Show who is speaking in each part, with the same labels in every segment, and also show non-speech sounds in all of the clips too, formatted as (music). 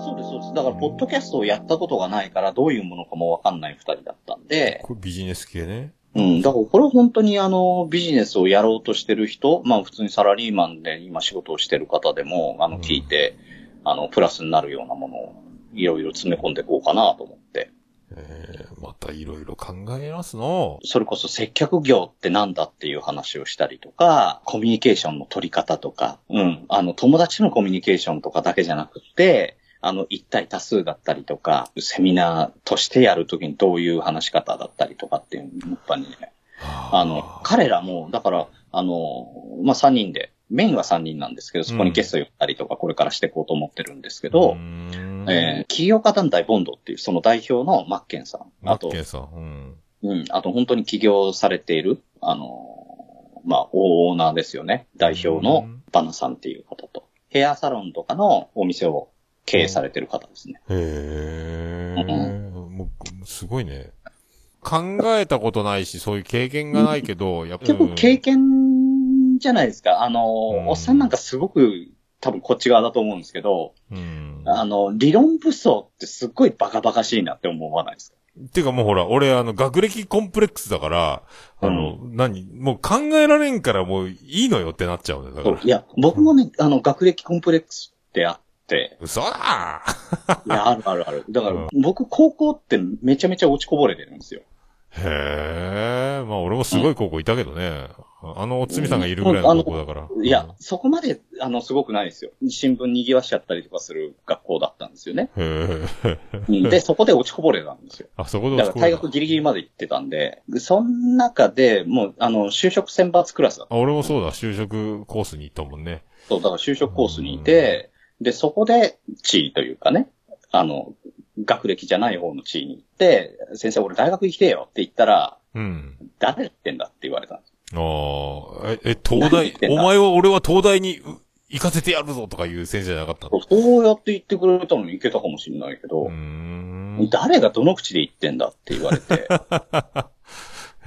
Speaker 1: そうです。だから、ポッドキャストをやったことがないから、どういうものかもわかんない二人だったんで、
Speaker 2: これビジネス系ね。
Speaker 1: うん。だから、これ本当にあの、ビジネスをやろうとしてる人、まあ、普通にサラリーマンで今仕事をしてる方でも、あ
Speaker 2: う
Speaker 1: の、
Speaker 2: ん
Speaker 1: 聞いて、あの、プラスになるようなものを、いろいろ詰め込んでいこうかなと思って。
Speaker 2: えー、またいろいろ考えますの。
Speaker 1: それこそ接客業ってなんだっていう話をしたりとか、コミュニケーションの取り方とか、うん、あの、友達とのコミュニケーションとかだけじゃなくて、あの、一対多数だったりとか、セミナーとしてやるときにどういう話し方だったりとかっていう、やっぱりね、あの、彼らも、だから、あの、まあ、3人で、メインは3人なんですけど、そこにゲスト寄ったりとか、これからしていこうと思ってるんですけど、
Speaker 2: うーん、
Speaker 1: えー企業家団体ボンドっていう、その代表のマッケンさん、
Speaker 2: マ
Speaker 1: あと
Speaker 2: ッケ、ンさん。うん。
Speaker 1: うん。あと本当に起業されている、あのーまあ、オーナーですよね。代表
Speaker 2: う
Speaker 1: の
Speaker 2: ん
Speaker 1: バナさんっていう方と、ヘアサロンとかのお店を経営されてる方ですね。
Speaker 2: へ
Speaker 1: う
Speaker 2: え、もう、すごいね。考えたことないし、そういう経験がないけど、やっぱ
Speaker 1: 結構経験じゃないですか。あのー
Speaker 2: うん
Speaker 1: おっさんなんかすごく、多分こっち側だと思うんですけど、
Speaker 2: うん。
Speaker 1: あの、理論武装ってすっごいバカバカしいなって思わないですか
Speaker 2: ていうかもうほら、俺、あの、学歴コンプレックスだから、あの、何もう考えられんからもういいのよってなっちゃうんだよ。だか
Speaker 1: そう
Speaker 2: ら。
Speaker 1: いや、僕もね、あの、学歴コンプレックスってあって、
Speaker 2: 嘘だ
Speaker 1: いや、あるあるある。だか
Speaker 2: うん
Speaker 1: ら、僕、高校ってめちゃめちゃ落ちこぼれてるんですよ。
Speaker 2: ーへえ、まあ俺もすごい高校いたけどね。あの、おつみさんがいるぐらいの高校だから。
Speaker 1: いや、そこまで、あの、すごくないですよ。新聞賑わしちゃったりとかする学校だったんですよね。
Speaker 2: うん。へえ。
Speaker 1: うんで、そこで落ちこぼれたんですよ。
Speaker 2: あ、そこで
Speaker 1: だか
Speaker 2: 落
Speaker 1: ら
Speaker 2: ち込んだ
Speaker 1: 大学ギリギリまで行ってたんで、その中でもう、あの、就職選抜クラスだった。
Speaker 2: あ、俺もそうだ、就職コースに行ったもんね。
Speaker 1: そう、だから就職コースにいて、で、そこで地位というかね、あの、学歴じゃない方の地位に行って、先生俺大学行きてえよって言ったら、
Speaker 2: うん。
Speaker 1: 誰言ってんだって言われたんです。
Speaker 2: ああ、え、え、東
Speaker 1: 何言
Speaker 2: 大
Speaker 1: っ、てん
Speaker 2: お
Speaker 1: だ
Speaker 2: 前は俺は東大にう行かせてやるぞとかいう先生じゃなかったの
Speaker 1: そうやって言ってくれたのに行けたかもしれないけど、
Speaker 2: うーん。
Speaker 1: 誰がどの口で言ってんだって言われて、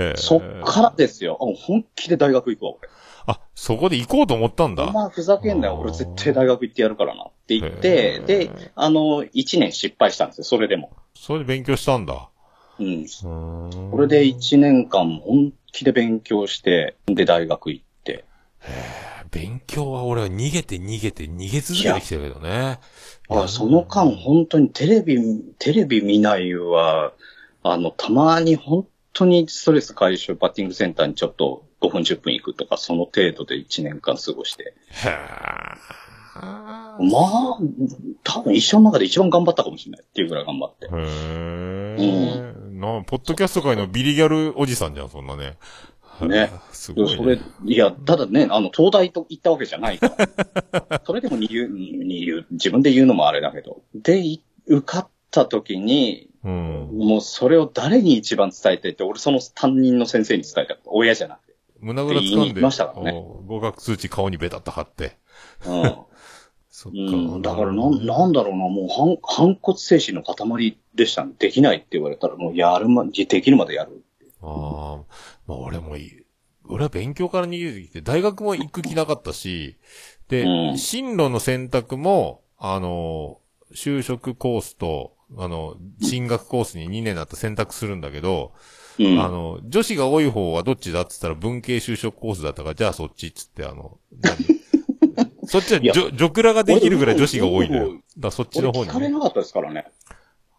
Speaker 2: へえ
Speaker 1: そっからですよ。あ本気で大学行くわ、俺。
Speaker 2: あ、そこで行こうと思ったんだ
Speaker 1: お。前ふざけんなよ、
Speaker 2: あー
Speaker 1: 俺絶対大学行ってやるからなって言っ
Speaker 2: へ
Speaker 1: て、
Speaker 2: ー
Speaker 1: で、あの、1年失敗したんですよ、それでも。
Speaker 2: それで勉強したんだ。
Speaker 1: うん。
Speaker 2: うーん
Speaker 1: これで1年間本気で勉強して、で、大学行って。
Speaker 2: 勉強は俺は逃げて逃げて逃げ続けてきてるけどね。いや
Speaker 1: あその間、本当にテレビ、テレビ見ないは、あの、たまに本当にストレス解消、バッティングセンターにちょっと5分10分行くとか、その程度で1年間過ごして。
Speaker 2: へ
Speaker 1: まあ、多分一生の中で一番頑張ったかもしれないっていうぐらい頑張って。
Speaker 2: え。へえ。な、ポッドキャスト界のビリギャルおじさんじゃん、そんなね。
Speaker 1: ね。
Speaker 2: す
Speaker 1: で
Speaker 2: ご
Speaker 1: も
Speaker 2: い
Speaker 1: そ
Speaker 2: ね
Speaker 1: れ。、いや、ただね、あの、東大と行ったわけじゃない
Speaker 2: (laughs)
Speaker 1: から。それでも二流、二流、自分で言うのもあれだけど。で、い受かった時に、
Speaker 2: うん。
Speaker 1: もうそれを誰に一番伝えてって、俺その担任の先生に伝えた。親じゃなくて。
Speaker 2: 胸ぐら
Speaker 1: って
Speaker 2: 掴ん
Speaker 1: 言い
Speaker 2: で、
Speaker 1: ましたからね
Speaker 2: お合格数値顔にベタッと貼って。
Speaker 1: う
Speaker 2: そっか。
Speaker 1: ん。うん、だからなん、なんだろうな、もう反、反骨精神の塊でしたね。できないって言われたら、もうやるま、できるまでやる。
Speaker 2: ああ、まあ俺もいい。俺は勉強から逃げてきて、大学も行く気なかったし、で、
Speaker 1: うん
Speaker 2: 進路の選択も、あの、就職コースと、あの、進学コースに2年だった選択するんだけど、
Speaker 1: うん。
Speaker 2: あの、女子が多い方はどっちだって言ったら文系就職コースだったから、じゃあそっちっつって、
Speaker 1: (laughs)
Speaker 2: あの、何そっちはジョ、ジョクラができるぐらい女子が多いんだよ。だからそっち
Speaker 1: 俺
Speaker 2: の方
Speaker 1: 聞か
Speaker 2: に、
Speaker 1: れ
Speaker 2: ね。
Speaker 1: なかったですからね。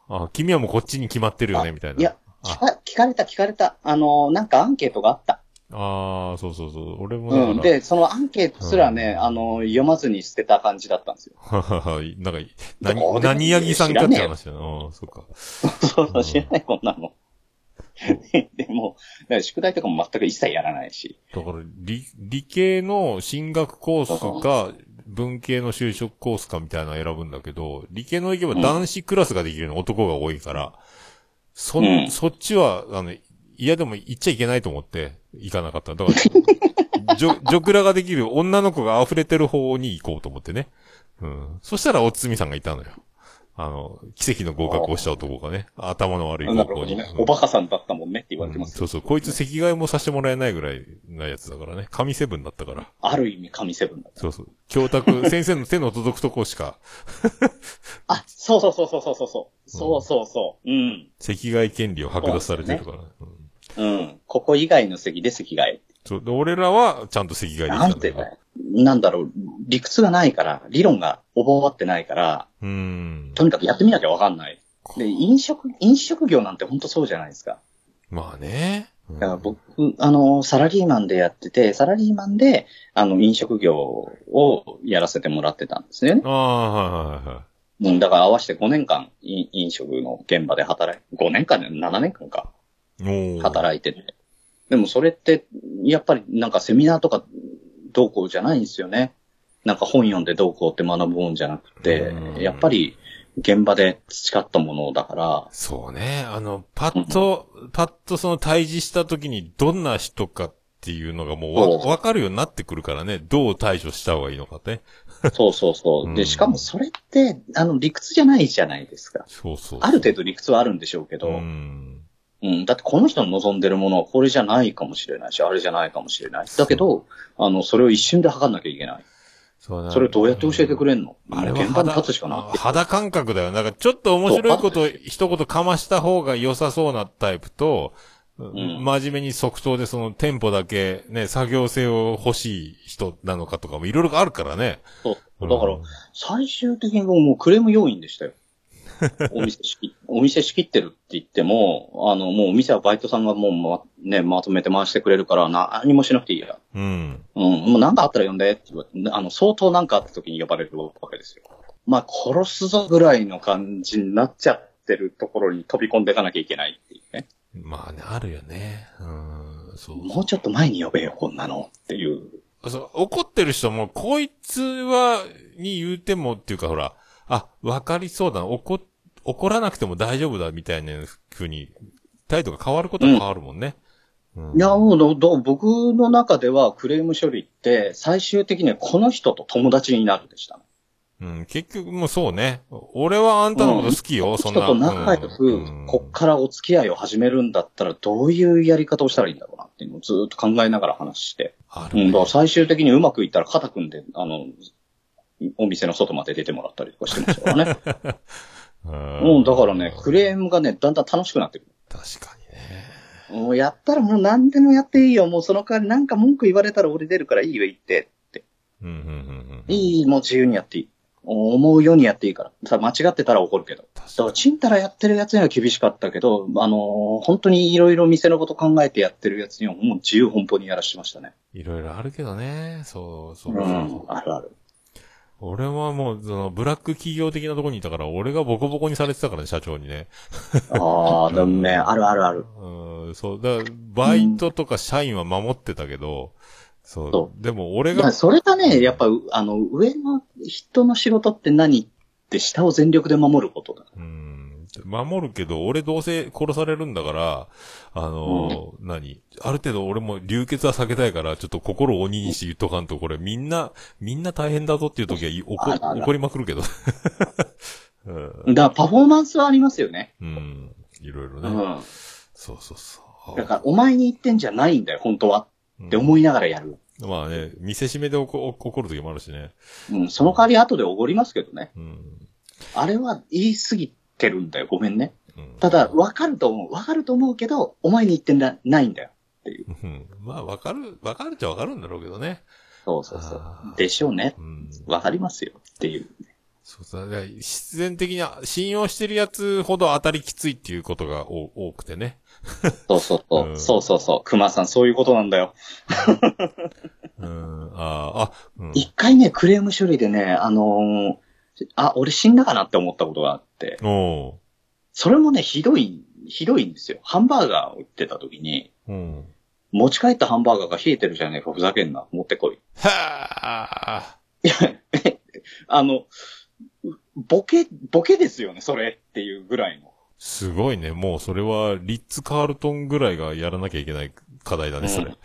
Speaker 2: あ、君はもうこっちに決まってるよね、みたいな。
Speaker 1: いや、聞か聞かれた、聞かれた。あの、なんかアンケートがあった。
Speaker 2: ああ、そうそうそう。俺もだから、
Speaker 1: うん。で、そのアンケートすらね、
Speaker 2: うん
Speaker 1: あの、読まずに捨てた感じだったんですよ。
Speaker 2: ははは、 (laughs) なん
Speaker 1: ど
Speaker 2: か、
Speaker 1: うで
Speaker 2: 何、
Speaker 1: もいい
Speaker 2: 何やぎさんかって話だな。うん、そっか。
Speaker 1: そうそう、知らない、こんなの。 (laughs) でも、だから宿題とかも全く一切やらないし。
Speaker 2: だから、理、理系の進学コースか、文系の就職コースかみたいなの選ぶんだけど、理系の行けば
Speaker 1: うん
Speaker 2: 男子クラスができるの、男が多いから、そ、
Speaker 1: うん
Speaker 2: そっちは、あの、嫌でも行っちゃいけないと思って、行かなかった。だから、ジ (laughs) ョ、ジョクラができる女の子が溢れてる方に行こうと思ってね。うん。そしたら、おつみさんがいたのよ。あの、奇跡の合格をした男がね、頭の悪い
Speaker 1: なる
Speaker 2: 高
Speaker 1: ほ
Speaker 2: 校
Speaker 1: ど
Speaker 2: に。
Speaker 1: ね。
Speaker 2: うん
Speaker 1: おバカさんだったもんねって言われてます
Speaker 2: うんそうそう。こいつ席替えもさせてもらえないぐらいなやつだからね。神セブンだったから。
Speaker 1: ある意味神セブンだった。
Speaker 2: そうそう。教託、 (laughs) 先生の手の届くとこしか、
Speaker 1: あ、そうそうそうそうそうそう。そうそうそう。うん。
Speaker 2: 席替え権利を剥奪されてるからね。うん
Speaker 1: うん。ここ以外の席で席替え。
Speaker 2: そう。で、俺らはちゃんと席替えできた
Speaker 1: なんん
Speaker 2: だけ
Speaker 1: て
Speaker 2: ど。
Speaker 1: ね、なんだろう、理屈がないから、理論が覚わってないから、
Speaker 2: うーん。
Speaker 1: とにかくやってみなきゃわかんない。で、飲食、飲食業なんて本当そうじゃないですか。
Speaker 2: まあね。うん
Speaker 1: だから僕、あの、サラリーマンでやってて、サラリーマンで、あの、飲食業をやらせてもらってたんですね。
Speaker 2: ああ、はいはいはい。
Speaker 1: うん、だから合わせて5年間、い飲食の現場で働い、5年間で7年間か、
Speaker 2: おー
Speaker 1: 働いてて。でもそれって、やっぱりなんかセミナーとかどうこうじゃないんですよね。なんか本読んでどうこうって学ぶもんじゃなくて
Speaker 2: う、ん
Speaker 1: やっぱり現場で培ったものだ
Speaker 2: (laughs)
Speaker 1: から、
Speaker 2: そうね。あの、パッと、パッとその退治した時にどんな人かっていうのがもうわ
Speaker 1: そう
Speaker 2: わかるようになってくるからね。どう対処した方がいいのかね。
Speaker 1: そうそうそう。
Speaker 2: う
Speaker 1: で、
Speaker 2: ん
Speaker 1: しかもそれって、あの、理屈じゃないじゃないですか。
Speaker 2: そうそうそう
Speaker 1: ある程度理屈はあるんでしょうけど、
Speaker 2: う
Speaker 1: うん、
Speaker 2: ん。
Speaker 1: だってこの人の望んでるものはこれじゃないかもしれないし、あれじゃないかもしれない。だけど、あの、それを一瞬で測んなきゃいけない。
Speaker 2: そうな
Speaker 1: それどうやって教えてくれんの、
Speaker 2: あれは
Speaker 1: 現場に
Speaker 2: 肌
Speaker 1: 立つしかな
Speaker 2: 肌感覚だよ。なんかちょっと面白いこと、一言かました方が良さそうなタイプと、
Speaker 1: ん
Speaker 2: 真面目に即答でそのテンポだけね、作業性を欲しい人なのかとかもいろいろあるからね。
Speaker 1: そう。だから、
Speaker 2: うん
Speaker 1: 最終的に僕もうクレーム要因でした
Speaker 2: (laughs)
Speaker 1: よ。お店仕切お店仕切ってるって言っても、あの、もうお店はバイトさんがもうま、ね、まとめて回してくれるから、何もしなくていいや。
Speaker 2: うん。
Speaker 1: うん、もう何かあったら呼んでって言われあの、相当何かあった時に呼ばれるわけですよ。まあ、殺すぞぐらいの感じになっちゃってるところに飛び込んでいかなきゃいけないっていうね。
Speaker 2: まあね、あるよね。うん。そう
Speaker 1: もうちょっと前に呼べよ、こんなのっていう。
Speaker 2: そう、怒ってる人も、こいつは、に言うてもっていうか、ほら、あ、わかりそうだな、怒、怒らなくても大丈夫だ、みたいな風に、態度が変わることは変わるもんね。うん
Speaker 1: いや、もうどど、僕の中ではクレーム処理って、最終的にはこの人と友達になるでしたね。
Speaker 2: うん、結局もうそうね。俺はあんたのこと好きよ、
Speaker 1: こ
Speaker 2: そ
Speaker 1: の
Speaker 2: んな。
Speaker 1: 人と仲良く、
Speaker 2: うん
Speaker 1: こっからお付き合いを始めるんだったら、どういうやり方をしたらいいんだろうなっていうのをずーっと考えながら話して。
Speaker 2: あ
Speaker 1: う
Speaker 2: る
Speaker 1: ん、だか
Speaker 2: ね
Speaker 1: ら最終的にうまくいったら肩組んで、あの、お店の外まで出てもらったりとかしてましたから
Speaker 2: (laughs)
Speaker 1: ね。
Speaker 2: う
Speaker 1: うん、だからね、クレームがね、だんだん楽しくなってくる。
Speaker 2: 確かにね。
Speaker 1: もうやったらもう何でもやっていいよ。もうその代わりなんか文句言われたら俺出るからいいよ言ってって。
Speaker 2: うん、うん、うん。うん
Speaker 1: いい、もう自由にやっていい。思うようにやっていいから。さ間違ってたら怒るけど。
Speaker 2: 確
Speaker 1: だ
Speaker 2: か
Speaker 1: から、
Speaker 2: に。
Speaker 1: ちんたらやってるやつには厳しかったけど、あのー本当にいろいろ店のこと考えてやってるやつにはもう自由奔放にやらしてましたね。
Speaker 2: いろいろあるけどね。そう、そううそうそう。
Speaker 1: ん、あるある。
Speaker 2: 俺はもう、その、ブラック企業的なところにいたから、俺がボコボコにされてたからね、社長にね。
Speaker 1: ああ、でもね、あるあるある。
Speaker 2: うん、そう、だから、バイトとか社員は守ってたけど、そう、
Speaker 1: そ
Speaker 2: でも俺
Speaker 1: だから
Speaker 2: が、
Speaker 1: それがね、やっぱ、うあの、上の人の仕事って何って下を全力で守ることだ。
Speaker 2: うん、守るけど、俺どうせ殺されるんだから、あの、何ある程度俺も流血は避けたいから、ちょっと心を鬼にして言っとかんと、これみんな、みんな大変だぞっていう時はい怒
Speaker 1: あらあら
Speaker 2: 怒りまくるけど。 (laughs) うん
Speaker 1: だからパフォーマンスはありますよね。
Speaker 2: うん、いろいろ
Speaker 1: う
Speaker 2: ね。
Speaker 1: ん。
Speaker 2: そうそうそう。
Speaker 1: だから、お前に言ってんじゃないんだよ、本当は。
Speaker 2: うん
Speaker 1: って思いながらやる。
Speaker 2: まあね、見せしめで怒怒る時もあるしね。
Speaker 1: うん、その代わり後でおごりますけどね。
Speaker 2: うん。
Speaker 1: あれは言い過ぎてるんだよ、ごめんね。
Speaker 2: うん
Speaker 1: ただ、、わかると思う。わかると思うけど、お前に言ってなないんだよ。
Speaker 2: うん。まあ、わかる、わかるっちゃわかるんだろうけどね。
Speaker 1: そうそうそ
Speaker 2: あ
Speaker 1: う
Speaker 2: ー。
Speaker 1: でしょうね。
Speaker 2: うん。
Speaker 1: わかりますよ。っていう。
Speaker 2: そうそう。だから必然的にあ信用してるやつほど当たりきついっていうことがお多くてね。
Speaker 1: そうそうそうう。
Speaker 2: ん
Speaker 1: そうそうそう。熊さん、そういうことなんだよ。
Speaker 2: うん。あーあ、うん。
Speaker 1: 一回ね、クレーム処理でね、あのーあ、俺死んだかなって思ったことがあって、
Speaker 2: おう
Speaker 1: それもね、ひどい、ひどいんですよ。ハンバーガーを売ってた時に、
Speaker 2: うん。
Speaker 1: 持ち帰ったハンバーガーが冷えてるじゃねえか、ふざけんな、持ってこい。 (laughs)
Speaker 2: はあ。
Speaker 1: あの、ボケ、ボケですよね、それっていうぐらいの。
Speaker 2: すごいね。もうそれは、リッツ・カールトンぐらいがやらなきゃいけない課題だね、それ。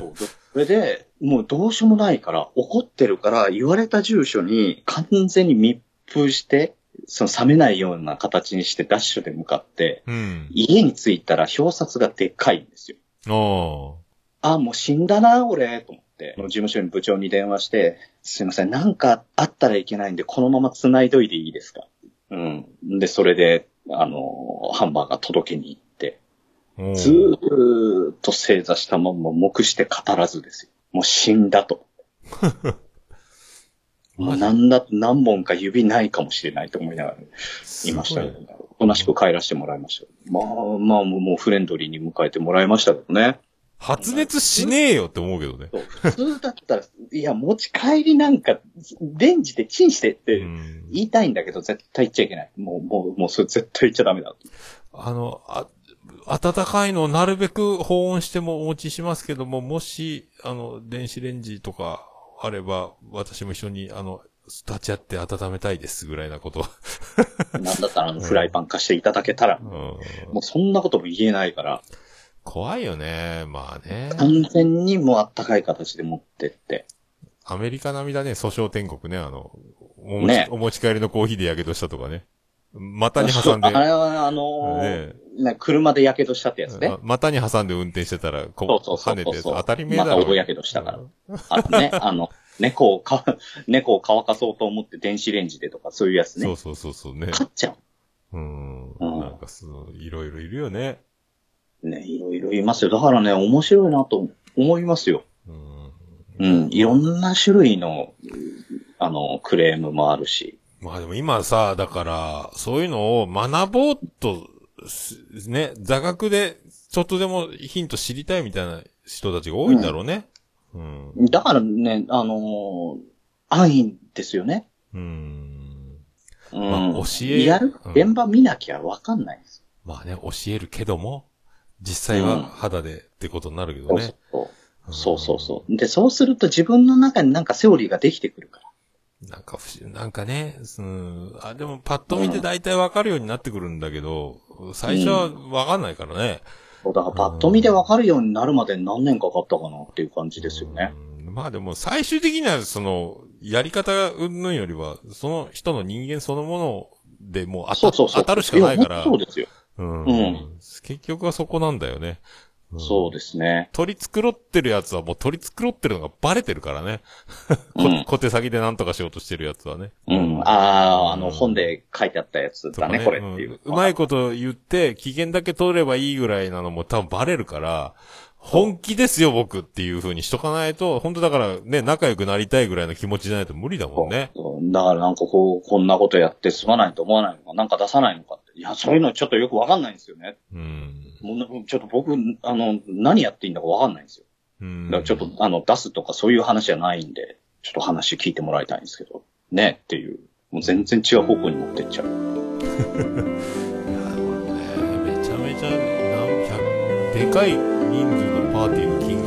Speaker 1: そうそれで、もうどうしようもないから、怒ってるから、言われた住所に完全に密封して、その冷めないような形にしてダッシュで向かって、
Speaker 2: うん。
Speaker 1: 家に着いたら表札がでっかいんですよ。
Speaker 2: お
Speaker 1: あ、もう死んだな、俺、と思って、事務所に部長に電話して、すいません、なんかあったらいけないんで、このまま繋いどいていいですかうん。で、それで、あの、ハンバーガー届けに行って、
Speaker 2: ーおー
Speaker 1: ずーっと正座したまんま、目して語らずですよ。もう死んだと。もう何だ、何本か指ないかもしれないと思いながらいましたけど、おとなしく帰らせてもらいましたよ。まあまあ、もうもうフレンドリーに迎えてもらいましたけどね。
Speaker 2: 発熱しねえよって思うけどね。
Speaker 1: そう普通だったら、いや、持ち帰りなんか、レンジでチンしてって
Speaker 2: うん
Speaker 1: 言いたいんだけど、絶対言っちゃいけない。もう、もう、もう、それ絶対言っちゃダメだ。
Speaker 2: (laughs) あの、あ、暖かいのをなるべく保温してもお持ちしますけども、もし、あの、電子レンジとかあれば、私も一緒に、あの、立ち会って温めたいですぐらいなこと。
Speaker 1: なんだったら、あの、フライパン貸していただけたら
Speaker 2: う。ん、
Speaker 1: もうそんなことも言えないから、
Speaker 2: 怖いよね。まあね。
Speaker 1: 完全にもうあったかい形で持ってって。
Speaker 2: アメリカ並みだね、訴訟天国ね、あの、お持ち,、
Speaker 1: ね
Speaker 2: お持ち帰りのコーヒーでやけどしたとかね。股に挟んで、
Speaker 1: あれは、あのー
Speaker 2: ね
Speaker 1: ね、車で火傷したってやつね
Speaker 2: あ。股に挟んで運転してたら、こ、
Speaker 1: そううそうそうそう
Speaker 2: 跳ねて、当たり前だろ。
Speaker 1: また大やけどしたから
Speaker 2: うん
Speaker 1: あとね、あの、猫をか、猫を乾かそうと思って電子レンジでとか、そういうやつ
Speaker 2: そ
Speaker 1: ね
Speaker 2: う。そうそうそうね。
Speaker 1: 飼っちゃ
Speaker 2: うん。
Speaker 1: うん
Speaker 2: なんかその、いろいろいるよね。
Speaker 1: う。ね、いろいろいますよ。だからね、面白いなと思いますよ。
Speaker 2: うん。
Speaker 1: うん、いろんな種類の、あの、クレームもあるし。
Speaker 2: まあでも今さ、だから、そういうのを学ぼうとす、ね、座学で、ちょっとでもヒント知りたいみたいな人たちが多いんだろうね。うん。
Speaker 1: だからね、あのー安易ですよね。
Speaker 2: うん。
Speaker 1: うん。
Speaker 2: まあ教え
Speaker 1: やる
Speaker 2: うん
Speaker 1: 現場見なきゃわかんないです。
Speaker 2: まあね、教えるけども、実際は肌でってことになるけど
Speaker 1: そう
Speaker 2: ね。ん
Speaker 1: そうそうそう。で、そうすると自分の中になんかセオリーができてくるから。
Speaker 2: なんか不思議、なんかね、うん、あ、でもパッと見て大体わかるようになってくるんだけど、最初はわかんないからね。
Speaker 1: そうだからパッと見てわかるようになるまで何年かかったかなっていう感じですよね。
Speaker 2: うん。まあでも最終的にはその、やり方云々よりは、その人の人間そのものでもう
Speaker 1: そ
Speaker 2: 当
Speaker 1: うそう
Speaker 2: た
Speaker 1: そう。
Speaker 2: 当たるしかないか
Speaker 1: や
Speaker 2: ら。
Speaker 1: 本当そうですよ。
Speaker 2: う
Speaker 1: う
Speaker 2: ん
Speaker 1: ん
Speaker 2: 結局はそこなんだよね。うん
Speaker 1: そうですね。
Speaker 2: 取り繕ってるやつはもう取り繕ってるのがバレてるからね。 (laughs) こ
Speaker 1: うん
Speaker 2: 小手先でなんとかしようとしてるやつはね。
Speaker 1: うん。ああ、あ
Speaker 2: うん
Speaker 1: の、本で書いてあったやつ
Speaker 2: と
Speaker 1: だ
Speaker 2: か
Speaker 1: ね、これっていう。
Speaker 2: うんうまいこと言って、機嫌だけ取ればいいぐらいなのも多分バレるから、本気ですよ僕っていう風にしとかないと、本当だからね、仲良くなりたいぐらいの気持ちじゃないと無理だもんね。
Speaker 1: そうだからなんかこう、こんなことやってすまないと思わないのか、なんか出さないのかって。いや、そういうのちょっとよくわかんないんですよね。
Speaker 2: うん。
Speaker 1: もうなちょっと僕、あの、何やっていいんだかわかんないんですよ。
Speaker 2: うん
Speaker 1: だからちょっと、あの、出すとかそういう話じゃないんで、ちょっと話聞いてもらいたいんですけど、ねっていう。もう全然違う方向に持ってっちゃう。
Speaker 2: いや俺もね、めちゃめちゃ、何百、でかい人数のパーティーの金額